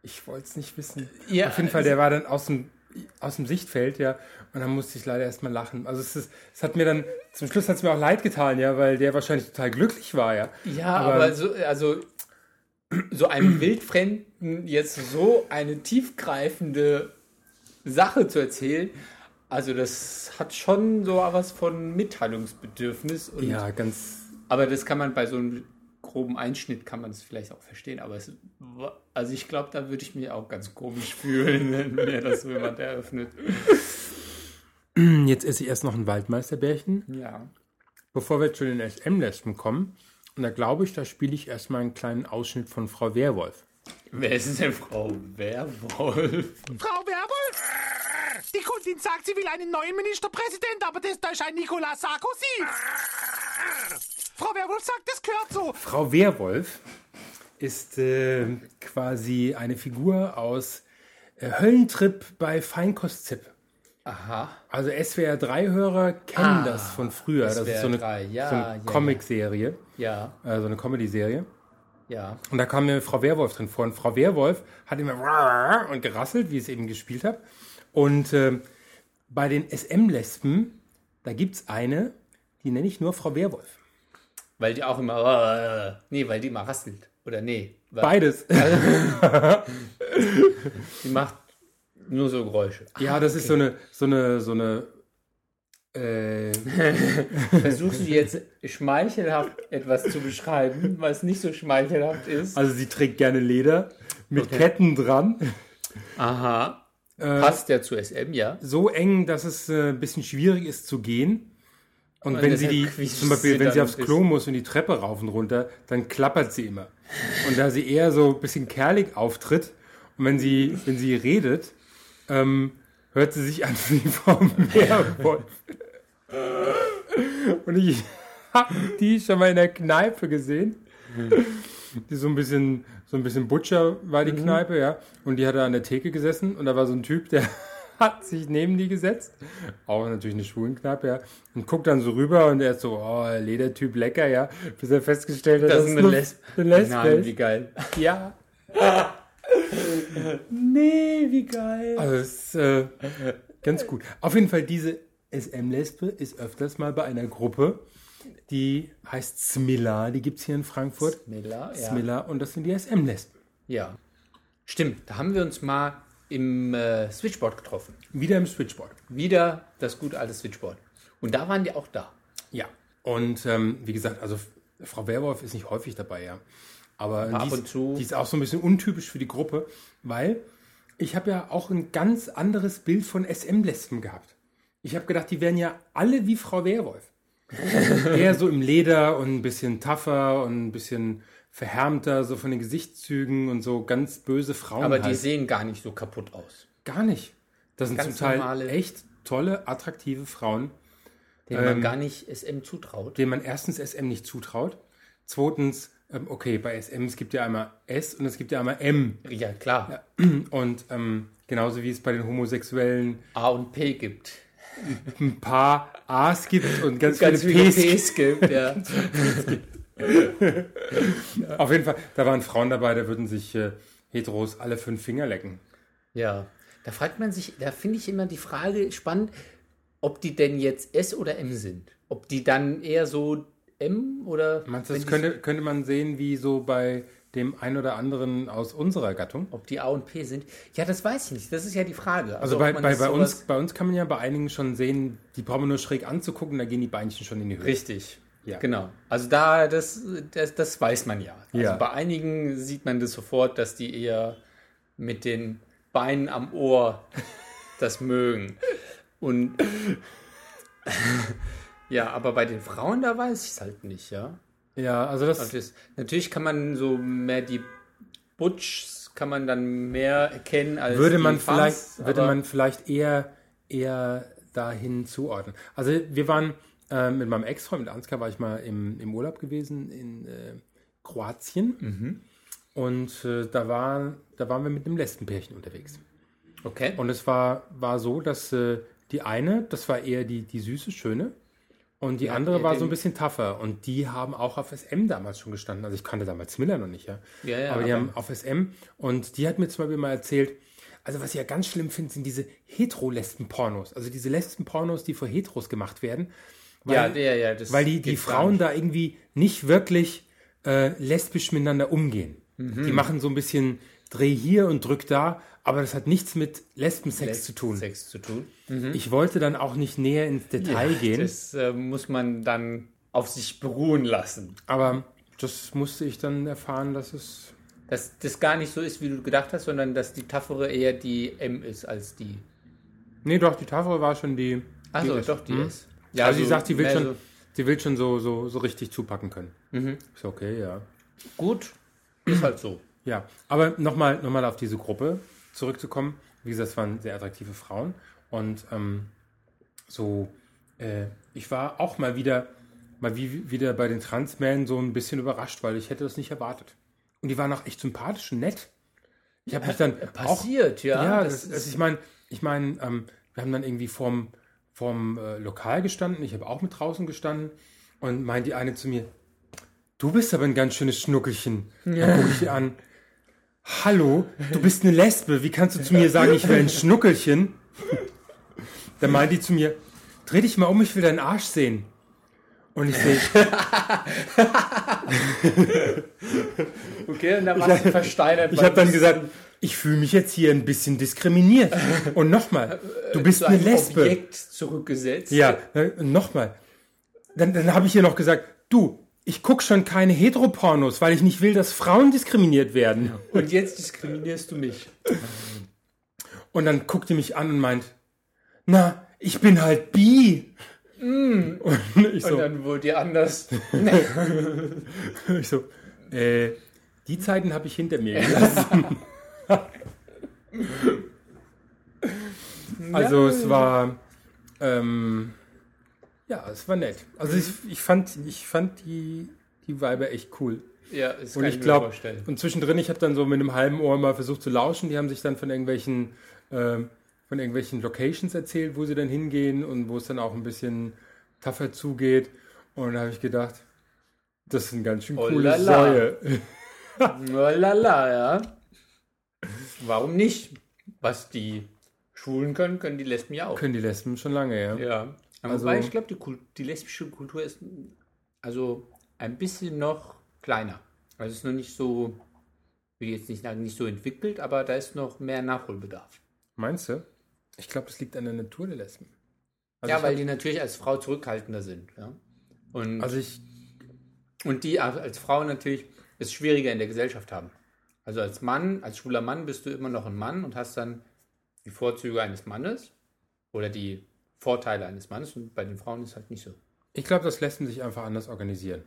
Speaker 1: ich wollte es nicht wissen.
Speaker 2: Ja,
Speaker 1: Auf jeden Fall, der war dann aus dem, aus dem Sichtfeld, ja. Und dann musste ich leider erstmal lachen. Also es, ist, es hat mir dann, zum Schluss hat es mir auch leid getan, ja, weil der wahrscheinlich total glücklich war, ja.
Speaker 2: Ja,
Speaker 1: Aber-
Speaker 2: aber, so, also so einem Wildfremden jetzt so eine tiefgreifende Sache zu erzählen, also das hat schon so was von Mitteilungsbedürfnis. Und,
Speaker 1: Ja, ganz.
Speaker 2: Aber das kann man bei so einem groben Einschnitt kann man es vielleicht auch verstehen. Aber es, wa- also ich glaube, da würde ich mich auch ganz komisch fühlen, wenn mir das so jemand eröffnet.
Speaker 1: Jetzt esse ich erst noch ein Waldmeisterbärchen,
Speaker 2: Ja.
Speaker 1: bevor wir zu den SM-Lesben kommen. Und da glaube ich, da spiele ich erstmal einen kleinen Ausschnitt von Frau Werwolf.
Speaker 2: Wer ist denn Frau Werwolf?
Speaker 4: Frau Werwolf! Die Kundin sagt, sie will einen neuen Ministerpräsident, aber das da ist ein Nicolas Sarkozy. Frau Werwolf sagt, das gehört so.
Speaker 1: Frau Werwolf ist äh, quasi eine Figur aus äh, Höllentrip bei Feinkostzipp.
Speaker 2: Aha. Ah,
Speaker 1: Also SWR 3-Hörer kennen das von früher. Das ist so eine,
Speaker 2: SWR3, ja,
Speaker 1: so
Speaker 2: ja,
Speaker 1: eine
Speaker 2: ja.
Speaker 1: Comic-Serie,
Speaker 2: Ja,
Speaker 1: äh, so eine Comedy-Serie.
Speaker 2: ja.
Speaker 1: Und da kam mir Frau Werwolf drin vor. Und Frau Werwolf hat immer "Rar" und gerasselt, wie ich es eben gespielt habe. Und ähm, bei den SM-Lesben, da gibt es eine, die nenne ich nur Frau Werwolf.
Speaker 2: Weil die auch immer. oh, nee, weil die immer rasselt. Oder nee. Weil
Speaker 1: Beides.
Speaker 2: Die macht nur so Geräusche.
Speaker 1: Ja, das ist so eine, so eine, so eine. Äh,
Speaker 2: Versuchst du jetzt schmeichelhaft etwas zu beschreiben, was nicht so schmeichelhaft ist?
Speaker 1: also sie trägt gerne Leder mit Ketten dran. Äh,
Speaker 2: Aha. Passt ja zu SM, ja.
Speaker 1: So eng, dass es äh, ein bisschen schwierig ist zu gehen. Und,
Speaker 2: Und
Speaker 1: wenn sie
Speaker 2: deshalb
Speaker 1: die,
Speaker 2: quietscht
Speaker 1: zum Beispiel,
Speaker 2: sie
Speaker 1: wenn sie
Speaker 2: dann
Speaker 1: aufs
Speaker 2: ein
Speaker 1: Klo muss und die Treppe rauf und runter, dann klappert sie immer. Und da sie eher so ein bisschen kerlig auftritt und wenn sie, wenn sie redet, ähm, hört sie sich an wie vom Werwolf. Und ich habe die schon mal in der Kneipe gesehen. Die so ein bisschen, so ein bisschen Butcher war die
Speaker 2: Mhm.
Speaker 1: Kneipe, ja. Und die hat da an der Theke gesessen und da war so ein Typ, der hat sich neben die gesetzt. Auch natürlich eine Schwulenkneipe, ja. Und guckt dann so rüber und er ist so, oh, Ledertyp, lecker, ja. Bis er festgestellt hat,
Speaker 2: Das ist eine Lesbe.
Speaker 1: eine Lesbe
Speaker 2: Nein,
Speaker 1: ist.
Speaker 2: wie geil.
Speaker 1: Ja.
Speaker 2: Nee, wie geil.
Speaker 1: Also es ist äh, ganz gut. Auf jeden Fall, diese SM-Lesbe ist öfters mal bei einer Gruppe, die heißt Smilla, die gibt es hier in Frankfurt.
Speaker 2: Miller, ja.
Speaker 1: Smilla, und das sind die SM-Lesben.
Speaker 2: ja. Stimmt, da haben wir uns mal im äh, Switchboard getroffen.
Speaker 1: Wieder im Switchboard.
Speaker 2: Wieder das gut alte Switchboard. Und da waren die auch da.
Speaker 1: Ja. Und ähm, wie gesagt, also F- Frau Werwolf ist nicht häufig dabei, ja. Aber
Speaker 2: ab
Speaker 1: die ist,
Speaker 2: und zu.
Speaker 1: die ist auch so ein bisschen untypisch für die Gruppe, weil ich habe ja auch ein ganz anderes Bild von SM-Lesben gehabt. Ich habe gedacht, die wären ja alle wie Frau Werwolf. Eher so im Leder und ein bisschen tougher und ein bisschen verhärmter, so von den Gesichtszügen und so ganz böse Frauen.
Speaker 2: Aber die
Speaker 1: halt.
Speaker 2: sehen gar nicht so kaputt aus.
Speaker 1: gar nicht. Das sind
Speaker 2: Ganz
Speaker 1: zum Teil
Speaker 2: normale-
Speaker 1: echt tolle, attraktive Frauen.
Speaker 2: Denen man gar nicht SM zutraut.
Speaker 1: dem man erstens SM nicht zutraut. Zweitens, ähm, okay, bei SM es gibt ja einmal S und es gibt ja einmal M.
Speaker 2: Ja, klar.
Speaker 1: Und ähm, genauso wie es bei den Homosexuellen
Speaker 2: A und P gibt.
Speaker 1: ein paar A's gibt und ganz, viele, P's.
Speaker 2: Ps gibt, ja.
Speaker 1: Auf jeden Fall, da waren Frauen dabei, da würden sich äh, Heteros alle fünf Finger lecken.
Speaker 2: ja. Da fragt man sich, da finde ich immer die Frage spannend, ob die denn jetzt S oder M sind. Ob die dann eher so M oder.
Speaker 1: Meinst du,
Speaker 2: wenn
Speaker 1: das
Speaker 2: die-
Speaker 1: könnte, könnte man sehen, wie so bei dem ein oder anderen aus unserer Gattung?
Speaker 2: Ob die A und P sind? Ja, das weiß ich nicht. Das ist ja die Frage.
Speaker 1: Also
Speaker 2: ob
Speaker 1: bei,
Speaker 2: man
Speaker 1: bei,
Speaker 2: das
Speaker 1: bei,
Speaker 2: sowas-
Speaker 1: uns, bei uns kann man ja bei einigen schon sehen, die brauchen wir nur schräg anzugucken, da gehen die Beinchen schon in die Höhe.
Speaker 2: Richtig.
Speaker 1: Ja.
Speaker 2: Genau. Also da, das, das, das weiß man ja. Also
Speaker 1: Ja.
Speaker 2: bei einigen sieht man das sofort, dass die eher mit den Beinen am Ohr das mögen. Und ja, aber bei den Frauen, da weiß ich es halt nicht, ja.
Speaker 1: Ja, also das,
Speaker 2: Das, natürlich kann man so mehr die Butchs kann man dann mehr erkennen als
Speaker 1: würde
Speaker 2: die
Speaker 1: man
Speaker 2: Fans,
Speaker 1: vielleicht würde
Speaker 2: eh aber-
Speaker 1: man vielleicht eher eher dahin zuordnen. Also wir waren äh, mit meinem Ex-Freund mit Ansgar war ich mal im, im Urlaub gewesen in äh, Kroatien und äh, da war da waren wir mit einem Lesbenpärchen unterwegs
Speaker 2: okay.
Speaker 1: und es war war so, dass äh, die eine das war eher die die süße schöne und die
Speaker 2: Ja,
Speaker 1: andere
Speaker 2: ja,
Speaker 1: war
Speaker 2: den-
Speaker 1: so ein bisschen tougher und die haben auch auf SM damals schon gestanden. Also ich kannte damals Miller noch nicht, ja
Speaker 2: ja, ja,
Speaker 1: aber die haben auf SM und die hat mir zum Beispiel mal erzählt, also was ich ja ganz schlimm finde, sind diese Hetero-Lesben-Pornos. Also diese Lesben-Pornos, die vor Heteros gemacht werden.
Speaker 2: ja,
Speaker 1: Weil,
Speaker 2: ja, ja, das
Speaker 1: weil die, die
Speaker 2: geht gar
Speaker 1: Frauen
Speaker 2: nicht.
Speaker 1: da irgendwie nicht wirklich äh, lesbisch miteinander umgehen.
Speaker 2: Mhm.
Speaker 1: Die machen so ein bisschen Dreh hier und Drück da, aber das hat nichts mit Lesbensex zu tun.
Speaker 2: Sex zu tun.
Speaker 1: Ich wollte dann auch nicht näher ins Detail gehen,
Speaker 2: Mhm. Das äh, muss man dann auf sich beruhen lassen.
Speaker 1: aber das musste ich dann erfahren, dass es
Speaker 2: Dass das gar nicht so ist, wie du gedacht hast, sondern dass die Taffere eher die M ist als die.
Speaker 1: Nee, doch, die Tafel war schon die.
Speaker 2: Achso,
Speaker 1: die
Speaker 2: doch, die ist.
Speaker 1: Ja, also sie
Speaker 2: so
Speaker 1: sagt, sie will
Speaker 2: mehr
Speaker 1: schon,
Speaker 2: so- Mhm.
Speaker 1: sie will schon so, so, so richtig zupacken können. Ist okay, ja.
Speaker 2: Gut, ist halt so.
Speaker 1: Ja, aber nochmal noch mal auf diese Gruppe zurückzukommen. Wie gesagt, es waren sehr attraktive Frauen. Und ähm, so, äh, ich war auch mal wieder, mal wie, wieder bei den Transmännern so ein bisschen überrascht, weil ich hätte das nicht erwartet. Und die waren auch echt sympathisch und nett. Ich habe mich dann auch,
Speaker 2: Passiert, ja.
Speaker 1: ja,
Speaker 2: das
Speaker 1: das, also ich meine, ich meine, ähm, wir haben dann irgendwie vorm, vorm äh, Lokal gestanden, ich habe auch mit draußen gestanden und meint die eine zu mir, du bist aber ein ganz schönes Schnuckelchen. Dann gucke ich die an, hallo, du bist eine Lesbe, wie kannst du zu mir sagen, ich wäre ein Schnuckelchen? Dann meint die zu mir, dreh dich mal um, ich will deinen Arsch sehen. Und ich sehe,
Speaker 2: Okay, und dann warst du versteinert.
Speaker 1: ich habe dann gesagt, ich fühle mich jetzt hier ein bisschen diskriminiert. Und nochmal, du bist
Speaker 2: so
Speaker 1: eine
Speaker 2: Also ein
Speaker 1: Lesbe.
Speaker 2: Objekt zurückgesetzt.
Speaker 1: Ja, Äh, nochmal. Dann, dann habe ich ihr noch gesagt, du, ich guck schon keine Heteropornos, weil ich nicht will, dass Frauen diskriminiert werden.
Speaker 2: Und jetzt diskriminierst du mich.
Speaker 1: Und dann guckt die mich an und meint, na, ich bin halt bi. Mm. Und ich
Speaker 2: Und
Speaker 1: so,
Speaker 2: dann wurde ihr anders.
Speaker 1: ich so äh, die Zeiten habe ich hinter mir gelassen. also es war, ähm, ja, es war nett. Also ich, ich fand, ich fand die, die Weiber echt cool.
Speaker 2: Ja, das
Speaker 1: Und
Speaker 2: kann
Speaker 1: ich
Speaker 2: mir
Speaker 1: glaube,
Speaker 2: vorstellen.
Speaker 1: und zwischendrin, ich habe dann so mit einem halben Ohr mal versucht zu lauschen. Die haben sich dann von irgendwelchen, ähm, von irgendwelchen Locations erzählt, wo sie dann hingehen und wo es dann auch ein bisschen tougher zugeht. Und da habe ich gedacht, das sind ganz schön
Speaker 2: Oh
Speaker 1: coole
Speaker 2: lala.
Speaker 1: Säue.
Speaker 2: Lala, ja. Warum nicht? Was die Schwulen können, können die Lesben ja auch.
Speaker 1: Können die Lesben schon lange, ja.
Speaker 2: Ja. Aber
Speaker 1: Also-
Speaker 2: Wobei ich glaube, die, Kul- die lesbische Kultur ist also ein bisschen noch kleiner. Also es ist noch nicht so, will jetzt nicht sagen, nicht so entwickelt, aber da ist noch mehr Nachholbedarf.
Speaker 1: Meinst du? Ich glaube, das liegt an der Natur der Lesben. Also
Speaker 2: ja,
Speaker 1: ich
Speaker 2: weil
Speaker 1: hab-
Speaker 2: die natürlich als Frau zurückhaltender sind. Ja? Und,
Speaker 1: Also ich,
Speaker 2: und die als Frau natürlich es schwieriger in der Gesellschaft haben. Also als Mann, als schwuler Mann bist du immer noch ein Mann und hast dann die Vorzüge eines Mannes oder die Vorteile eines Mannes und bei den Frauen ist halt nicht so.
Speaker 1: ich glaube, dass Lesben sich einfach anders organisieren.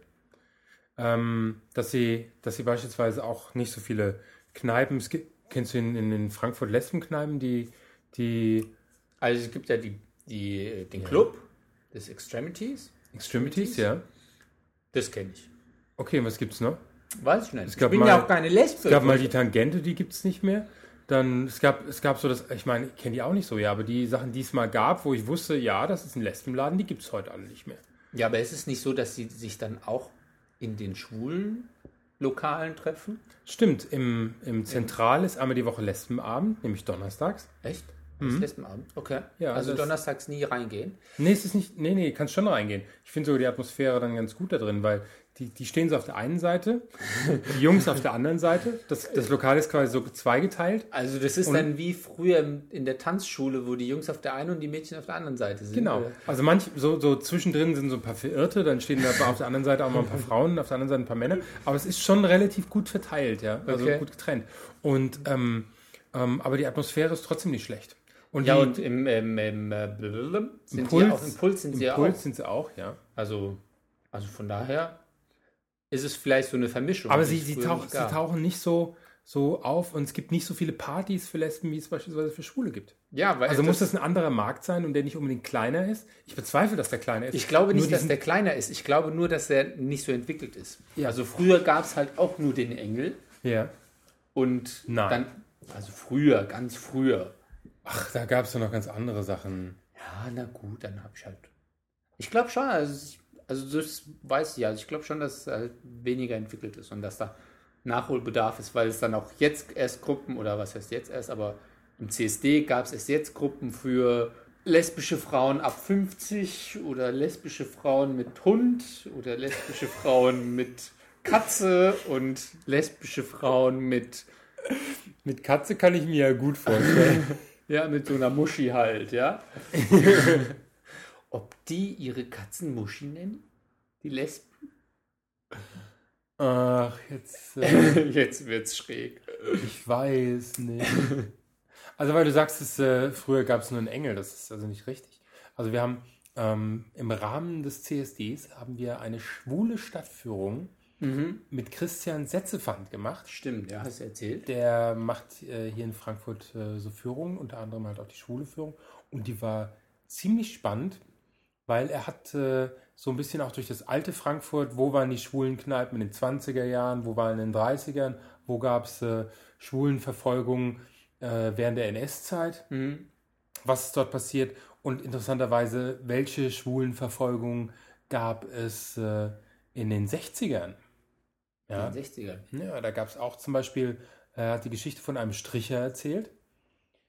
Speaker 1: Ähm, dass sie, dass sie beispielsweise auch nicht so viele Kneipen, es gibt, kennst du in, in, in Frankfurt Lesbenkneipen, die, die
Speaker 2: Also es gibt ja die, die, äh, den Club des Extremities.
Speaker 1: Extremities, ja.
Speaker 2: Das kenne ich.
Speaker 1: Okay, was gibt's noch?
Speaker 2: Weiß ich nicht. Ich
Speaker 1: gab
Speaker 2: bin
Speaker 1: mal-
Speaker 2: ja auch keine Lesbe.
Speaker 1: Es gab mal die Tangente, die gibt's nicht mehr. Dann, es gab, es gab so das, ich meine, ich kenne die auch nicht so, ja, aber die Sachen, die es mal gab, wo ich wusste, ja, das ist ein Lesbenladen, die gibt's heute alle nicht mehr.
Speaker 2: ja, aber es ist nicht so, dass sie sich dann auch in den schwulen Lokalen treffen.
Speaker 1: Stimmt, im, im Zentral ist einmal die Woche Lesbenabend, nämlich donnerstags.
Speaker 2: Echt? Das Lesbenabend. Okay.
Speaker 1: Mhm. Ja,
Speaker 2: also
Speaker 1: das-
Speaker 2: donnerstags nie reingehen.
Speaker 1: Nee, es ist nicht, nee, nee, kannst schon reingehen. Ich finde sogar die Atmosphäre dann ganz gut da drin, weil die, die stehen so auf der einen Seite, die Jungs auf der anderen Seite. Das, das Lokal ist quasi so zweigeteilt.
Speaker 2: Also das ist dann wie früher im- in der Tanzschule, wo die Jungs auf der einen und die Mädchen auf der anderen Seite sind. Äh,
Speaker 1: Genau. Also manch, so, so zwischendrin sind so ein paar Verirrte, dann stehen da auf der anderen Seite auch mal ein paar Frauen, auf der anderen Seite ein paar Männer. Aber es ist schon relativ gut verteilt, ja. Also
Speaker 2: Okay.
Speaker 1: gut getrennt. Und ähm, ähm, aber die Atmosphäre ist trotzdem nicht schlecht. Und
Speaker 2: Ja,
Speaker 1: die,
Speaker 2: und im, im, im äh, blablabla sind
Speaker 1: Puls-
Speaker 2: sie auch, im Puls sind
Speaker 1: im
Speaker 2: sie ja auch.
Speaker 1: Puls sind sie auch, ja.
Speaker 2: Also, also von daher ist es vielleicht so eine Vermischung.
Speaker 1: Aber
Speaker 2: die
Speaker 1: sie,
Speaker 2: es
Speaker 1: sie,
Speaker 2: früher
Speaker 1: tauch,
Speaker 2: nicht
Speaker 1: sie
Speaker 2: gab.
Speaker 1: tauchen nicht so, so auf und es gibt nicht so viele Partys für Lesben, wie es beispielsweise für Schwule gibt.
Speaker 2: Ja, weil
Speaker 1: Also muss das ein anderer Markt sein und der nicht unbedingt kleiner ist? Ich bezweifle, dass der kleiner ist.
Speaker 2: Ich glaube
Speaker 1: Nur
Speaker 2: nicht, dass
Speaker 1: diesen-
Speaker 2: der kleiner ist. Ich glaube nur, dass er nicht so entwickelt ist. Also früher gab es halt auch nur den Engel
Speaker 1: Ja.
Speaker 2: und
Speaker 1: Nein.
Speaker 2: dann, also früher, ganz früher.
Speaker 1: Ach, da gab es doch noch ganz andere Sachen.
Speaker 2: Ja, na gut, dann habe ich halt. Ich glaube schon, also, ich, also das weiß ich ja. Also ich glaube schon, dass es halt weniger entwickelt ist und dass da Nachholbedarf ist, weil es dann auch jetzt erst Gruppen oder was heißt jetzt erst, aber im CSD gab es erst jetzt Gruppen für lesbische Frauen ab 50 oder lesbische Frauen mit Hund oder lesbische Frauen mit Katze und lesbische Frauen mit
Speaker 1: Mit Katze kann ich mir ja gut vorstellen.
Speaker 2: ja, mit so einer Muschi halt, ja. Ob die ihre Katzen Muschi nennen? Die Lesben?
Speaker 1: Ach, jetzt, äh,
Speaker 2: Jetzt wird's schräg.
Speaker 1: ich weiß nicht. Also weil du sagst, es, äh, früher gab es nur einen Engel, das ist also nicht richtig. Also wir haben ähm, im Rahmen des CSDs haben wir eine schwule Stadtführung mit Christian Setzefand gemacht.
Speaker 2: Mhm. Stimmt, ja, hast du erzählt.
Speaker 1: Der macht äh, hier in Frankfurt äh, so Führungen, unter anderem halt auch die schwule Führung. Und die war ziemlich spannend, weil er hat äh, so ein bisschen auch durch das alte Frankfurt, wo waren die schwulen Kneipen in den 20er Jahren, wo waren in den 30ern, wo gab es äh, Schwulenverfolgungen äh, während der NS-Zeit,
Speaker 2: Mhm.
Speaker 1: was ist dort passiert und interessanterweise, welche Schwulenverfolgungen gab es äh, in den 60ern. Ja.
Speaker 2: In den 60ern.
Speaker 1: Ja, da gab es auch zum Beispiel, er hat die Geschichte von einem Stricher erzählt,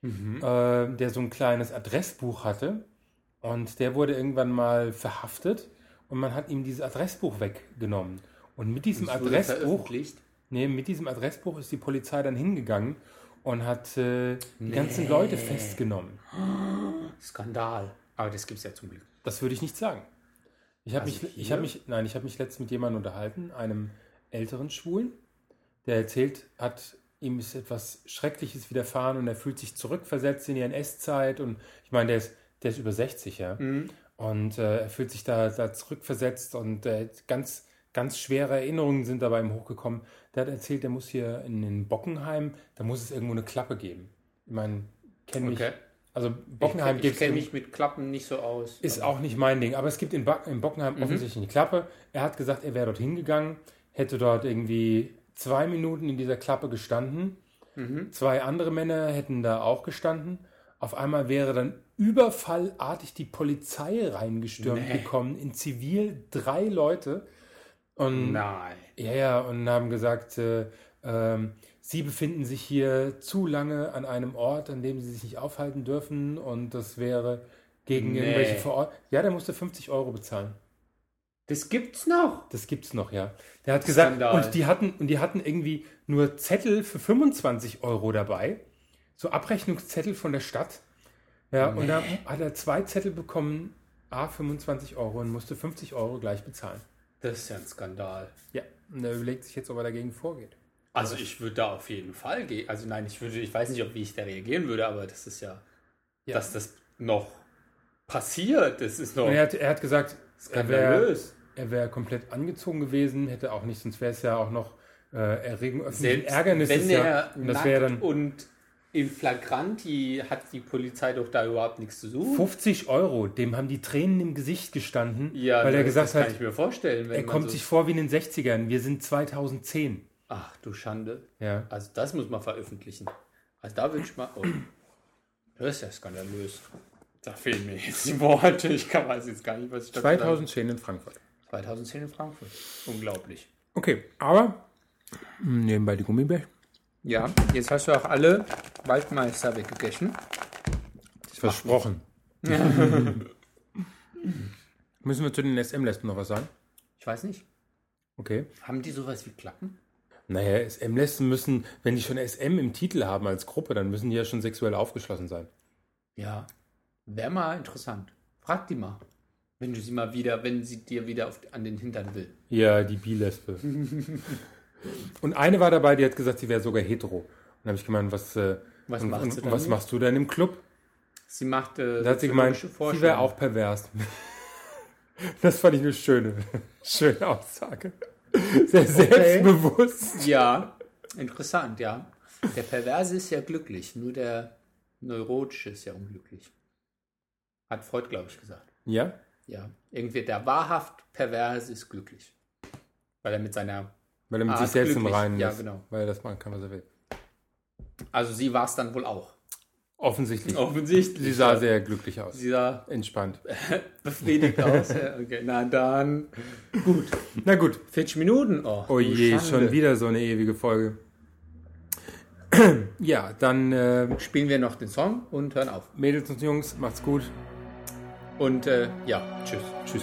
Speaker 2: Mhm.
Speaker 1: äh, der so ein kleines Adressbuch hatte. Und der wurde irgendwann mal verhaftet und man hat ihm dieses Adressbuch weggenommen. Und mit diesem
Speaker 2: Wurde das
Speaker 1: Adressbuch,
Speaker 2: veröffentlicht?
Speaker 1: nee, mit diesem Adressbuch ist die Polizei dann hingegangen und hat äh, die ganzen Leute festgenommen.
Speaker 2: Skandal. Aber das gibt es ja zum Glück.
Speaker 1: Das würde ich nicht sagen. Ich habe
Speaker 2: Also
Speaker 1: mich, ich
Speaker 2: hier?
Speaker 1: habe mich, nein, ich habe mich letztens mit jemandem unterhalten, einem älteren Schwulen, der erzählt hat, ihm ist etwas Schreckliches widerfahren und er fühlt sich zurückversetzt in die NS-Zeit und ich meine, der ist, der ist über 60, ja.
Speaker 2: Mhm.
Speaker 1: Und äh, er fühlt sich da, da zurückversetzt und äh, ganz, ganz schwere Erinnerungen sind dabei ihm hochgekommen. Der hat erzählt, der muss hier in den Bockenheim, da muss es irgendwo eine Klappe geben. Ich meine, kenne
Speaker 2: Okay.
Speaker 1: mich. Also Bockenheim
Speaker 2: ich
Speaker 1: gibt
Speaker 2: ich
Speaker 1: es
Speaker 2: kenne mich mit Klappen nicht so aus.
Speaker 1: ist auch nicht mein Ding, aber es gibt in, Back- in Bockenheim offensichtlich eine Klappe. Er hat gesagt, er wäre dorthin gegangen, hätte dort irgendwie zwei Minuten in dieser Klappe gestanden.
Speaker 2: Mhm.
Speaker 1: Zwei andere Männer hätten da auch gestanden. Auf einmal wäre dann überfallartig die Polizei reingestürmt gekommen, in Zivil drei Leute. Und
Speaker 2: Nein.
Speaker 1: ja, ja, und haben gesagt, äh, ähm, sie befinden sich hier zu lange an einem Ort, an dem sie sich nicht aufhalten dürfen und das wäre gegen
Speaker 2: Nee.
Speaker 1: irgendwelche Verordnungen. Ja, der musste 50 Euro bezahlen.
Speaker 2: Das gibt's noch.
Speaker 1: Das gibt's noch, ja. Der hat gesagt,
Speaker 2: Skandal.
Speaker 1: und die hatten und die hatten irgendwie nur Zettel für 25 Euro dabei, so Abrechnungszettel von der Stadt. Ja, und da hat er zwei Zettel bekommen, a 25 Euro und musste 50 Euro gleich bezahlen.
Speaker 2: Das ist ja ein Skandal.
Speaker 1: Ja, und er überlegt sich jetzt, ob er dagegen vorgeht.
Speaker 2: Also ich würde da auf jeden Fall gehen. Also nein, ich würde, ich weiß nicht, ob wie ich da reagieren würde, aber das ist ja,
Speaker 1: Ja.
Speaker 2: dass das noch passiert. Das ist noch
Speaker 1: Und er hat, er hat gesagt, er wäre
Speaker 2: skandalös.
Speaker 1: er wär komplett angezogen gewesen, hätte auch nicht, sonst wäre es ja auch noch äh, Erregung öffentlichen
Speaker 2: Selbst
Speaker 1: Ärgernisses.
Speaker 2: wenn
Speaker 1: ja,
Speaker 2: er
Speaker 1: und das
Speaker 2: nackt
Speaker 1: wäre dann
Speaker 2: und in Flagranti hat die Polizei doch da überhaupt nichts zu suchen.
Speaker 1: 50 Euro. Dem haben die Tränen im Gesicht gestanden, weil
Speaker 2: das-
Speaker 1: er gesagt
Speaker 2: das kann ich also
Speaker 1: hat,
Speaker 2: mir vorstellen. Wenn
Speaker 1: er
Speaker 2: man
Speaker 1: kommt
Speaker 2: so,
Speaker 1: sich vor wie in den 60ern. Wir sind 2010.
Speaker 2: Ach du Schande.
Speaker 1: Ja.
Speaker 2: Also das muss man veröffentlichen. Also da würde ich mal. Oh. Das ist ja skandalös. Da fehlen mir jetzt die Worte. Ich kann weiß jetzt gar nicht, was ich dazu sagen
Speaker 1: 2010 in Frankfurt.
Speaker 2: 2010 in Frankfurt. Unglaublich.
Speaker 1: Okay, aber mh, nebenbei die Gummibärchen.
Speaker 2: Ja, jetzt hast du auch alle Waldmeister weggegessen.
Speaker 1: Versprochen. Müssen wir zu den SM-Lesben noch was sagen?
Speaker 2: Ich weiß nicht.
Speaker 1: Okay.
Speaker 2: Haben die sowas wie Klappen?
Speaker 1: Naja, SM-Lesben müssen, wenn die schon SM im Titel haben als Gruppe, dann müssen die ja schon sexuell aufgeschlossen sein.
Speaker 2: Ja. Wäre mal interessant. Frag die mal. Wenn du sie mal wieder, wenn sie dir wieder auf, an den Hintern will.
Speaker 1: Ja, die Bi-Lesbe. und eine war dabei, die hat gesagt, sie wäre sogar hetero. Und dann habe ich gemeint, was, äh,
Speaker 2: Was
Speaker 1: und,
Speaker 2: macht sie
Speaker 1: und,
Speaker 2: dann?
Speaker 1: was machst du denn im Club?
Speaker 2: Sie macht äh,
Speaker 1: Da hat sie gemeint,
Speaker 2: soziologische
Speaker 1: sie wäre auch pervers. das fand ich eine schöne, schöne Aussage. Sehr selbstbewusst.
Speaker 2: Ja, interessant, ja. Der Perverse ist ja glücklich, nur der Neurotische ist ja unglücklich. Hat Freud, glaube ich, gesagt.
Speaker 1: Ja?
Speaker 2: Ja, irgendwie der wahrhaft Perverse ist glücklich. Weil er mit seiner.
Speaker 1: Weil er mit
Speaker 2: Ah,
Speaker 1: sich
Speaker 2: ist
Speaker 1: selbst im
Speaker 2: glücklich.
Speaker 1: Reinen
Speaker 2: Ja,
Speaker 1: ist.
Speaker 2: genau.
Speaker 1: Weil er das machen kann, was er will.
Speaker 2: Also, sie war es dann wohl auch.
Speaker 1: Offensichtlich.
Speaker 2: Offensichtlich.
Speaker 1: Sie sah sehr glücklich aus.
Speaker 2: Sie sah
Speaker 1: Entspannt.
Speaker 2: befriedigt aus. Ja, okay, na dann. Gut.
Speaker 1: Na gut.
Speaker 2: 40 Minuten. Oh,
Speaker 1: Oh
Speaker 2: du
Speaker 1: je,
Speaker 2: Schande.
Speaker 1: schon wieder so eine ewige Folge. Ja, dann äh,
Speaker 2: Spielen wir noch den Song und hören auf.
Speaker 1: Mädels und Jungs, macht's gut.
Speaker 2: Und äh, ja, tschüss.
Speaker 1: Tschüss.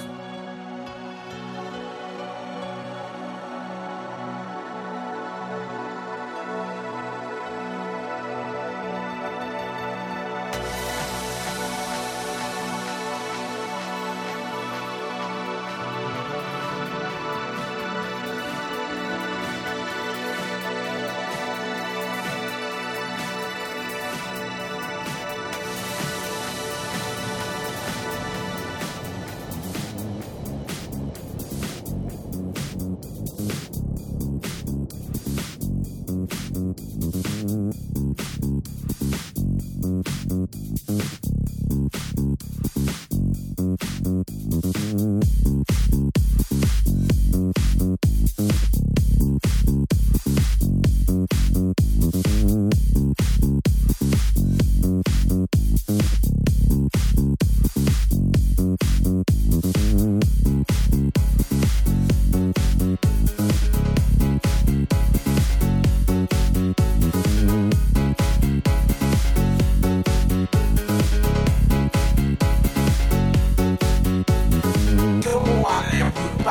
Speaker 5: Thank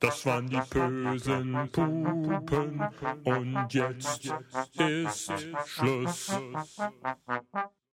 Speaker 5: Das waren die bösen Pupen und jetzt ist Schluss.